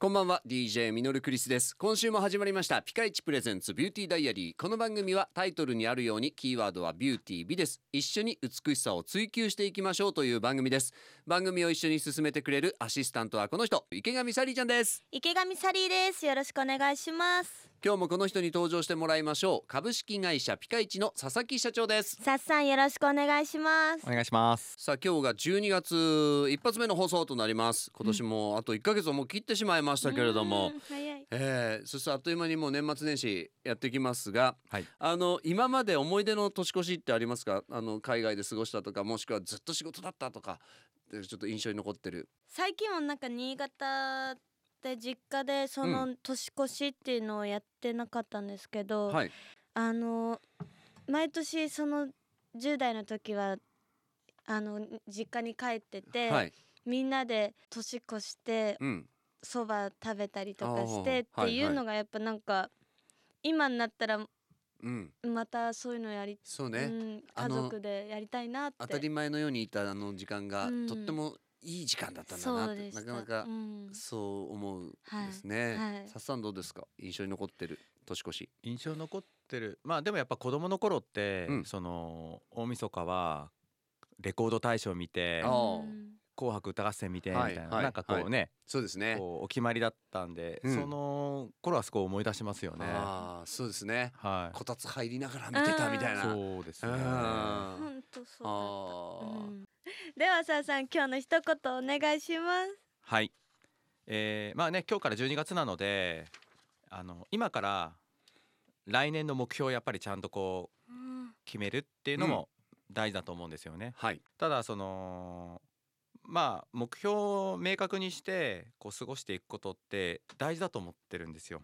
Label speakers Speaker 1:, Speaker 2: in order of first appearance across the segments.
Speaker 1: こんばんは DJ ミノルクリスです今週も始まりましたピカイチプレゼンツビューティーダイアリーこの番組はタイトルにあるようにキーワードはビューティー美です一緒に美しさを追求していきましょうという番組です番組を一緒に進めてくれるアシスタントはこの人池上サリーちゃんです
Speaker 2: 池上サリーですよろしくお願いします
Speaker 1: 今日もこの人に登場してもらいましょう株式会社ピカイチの佐々木社長です
Speaker 2: さっさんよろしくお願いします
Speaker 3: お願いします
Speaker 1: さあ今日が12月一発目の放送となります今年もあと1ヶ月をもう切ってしまいましたけれども、
Speaker 2: うーん早い
Speaker 1: えーそしてあっという間にもう年末年始やってきますが、
Speaker 3: はい
Speaker 1: あの今まで思い出の年越しってありますかあの海外で過ごしたとかもしくはずっと仕事だったとかでちょっと印象に残ってる
Speaker 2: 最近はなんか新潟で実家でその年越しっていうのをやってなかったんですけど、
Speaker 1: はい
Speaker 2: あの毎年その10代の時はあの実家に帰ってて、
Speaker 1: はい
Speaker 2: みんなで年越して
Speaker 1: うん
Speaker 2: そば食べたりとかしてっ
Speaker 1: あーはい
Speaker 2: ていうのがやっぱなんか今になったら
Speaker 1: うん
Speaker 2: またそういうのやり
Speaker 1: そうね、
Speaker 2: うん、
Speaker 1: あ
Speaker 2: 家
Speaker 1: の
Speaker 2: 族でやりたいなって
Speaker 1: 当たり前のようにいたあの時間が
Speaker 2: うん
Speaker 1: とってもいい時間だったんだな
Speaker 2: そ
Speaker 1: っ
Speaker 2: う
Speaker 1: て
Speaker 2: でし
Speaker 1: な
Speaker 2: た
Speaker 1: かなか
Speaker 2: うん
Speaker 1: そう思うん
Speaker 2: はい
Speaker 1: ですね。
Speaker 2: はい
Speaker 1: さっさんどうですか印象に残ってる年越し。
Speaker 3: 印象に残ってるまあでもやっぱ子供の頃って、
Speaker 1: うん
Speaker 3: その大晦日はレコード大賞見て
Speaker 1: あ
Speaker 2: うん
Speaker 3: 「紅白歌合戦」見てみ
Speaker 1: は
Speaker 3: た
Speaker 1: い
Speaker 3: いな、
Speaker 1: はい
Speaker 3: なんかこうね、
Speaker 1: そうですね。
Speaker 3: こうお決まりだったんで、
Speaker 1: うん
Speaker 3: その頃はすごい思い出しますよねは
Speaker 1: ああそうですね。
Speaker 3: い
Speaker 1: こたつ入りながら見てたみたいな。
Speaker 3: そうですね
Speaker 1: うん
Speaker 3: は
Speaker 2: ほんとそうだ
Speaker 1: あ
Speaker 2: っ
Speaker 1: ー
Speaker 2: た、うんではさあさん今日の一言お願いします
Speaker 3: いえーまあね今日から12月なのであの今から来年の目標をやっぱりちゃんとこう決めるっていうのも大事だと思うんですよね、
Speaker 1: はい。
Speaker 3: ただそのまあ目標を明確にしてこう過ごしていくことって大事だと思ってるんですよ。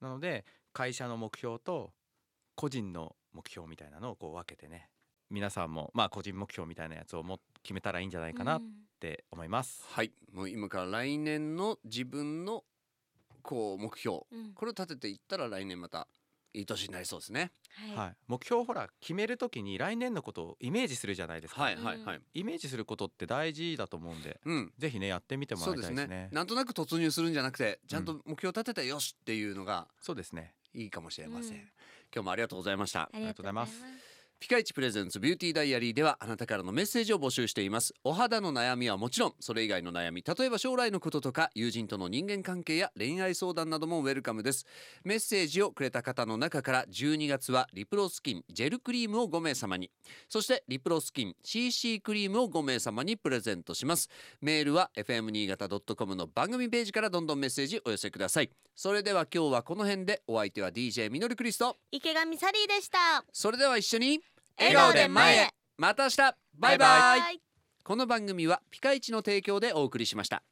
Speaker 3: なので会社の目標と個人の目標みたいなのをこう分けてね皆さんもまあ個人目標みたいなやつをも決めたらいいんじゃないかなっ
Speaker 2: うん
Speaker 3: て思います。
Speaker 1: はい。もう今から来年の自分のこう目標
Speaker 2: うん
Speaker 1: これを立てていったら来年またいい年になりそうですね。
Speaker 2: はい、
Speaker 3: はい、目標をほら決めるときに来年のことをイメージするじゃないですか、
Speaker 1: はいはいはい。
Speaker 3: イメージすることって大事だと思うんで
Speaker 1: うん。
Speaker 3: ぜひねやってみても
Speaker 1: そ
Speaker 3: ら
Speaker 1: う
Speaker 3: い
Speaker 1: で
Speaker 3: た
Speaker 1: す
Speaker 3: いです
Speaker 1: ね
Speaker 3: ね。。
Speaker 1: なんとなく突入するんじゃなくてちゃんと目標を立ててよしっていうのが
Speaker 3: そうですね
Speaker 1: いいかもしれません。
Speaker 2: うん
Speaker 1: 今日もありがとうございました。
Speaker 2: ありがとうございます
Speaker 1: ピカイチプレゼンツビューティーダイアリーではあなたからのメッセージを募集していますお肌の悩みはもちろんそれ以外の悩み例えば将来のこととか友人との人間関係や恋愛相談などもウェルカムですメッセージをくれた方の中から12月はリプロスキンジェルクリームを5名様にそしてリプロスキン CC クリームを5名様にプレゼントしますメールは fm 新潟 .com の番組ページからどんどんメッセージお寄せくださいそれでは今日はこの辺でお相手は DJ ミノルクリスト
Speaker 2: 池上サリーでした
Speaker 1: それでは一緒に
Speaker 2: 笑顔で前へ
Speaker 1: また明日バイバイ
Speaker 2: バイバイ
Speaker 1: この番組はピカイチの提供でお送りしました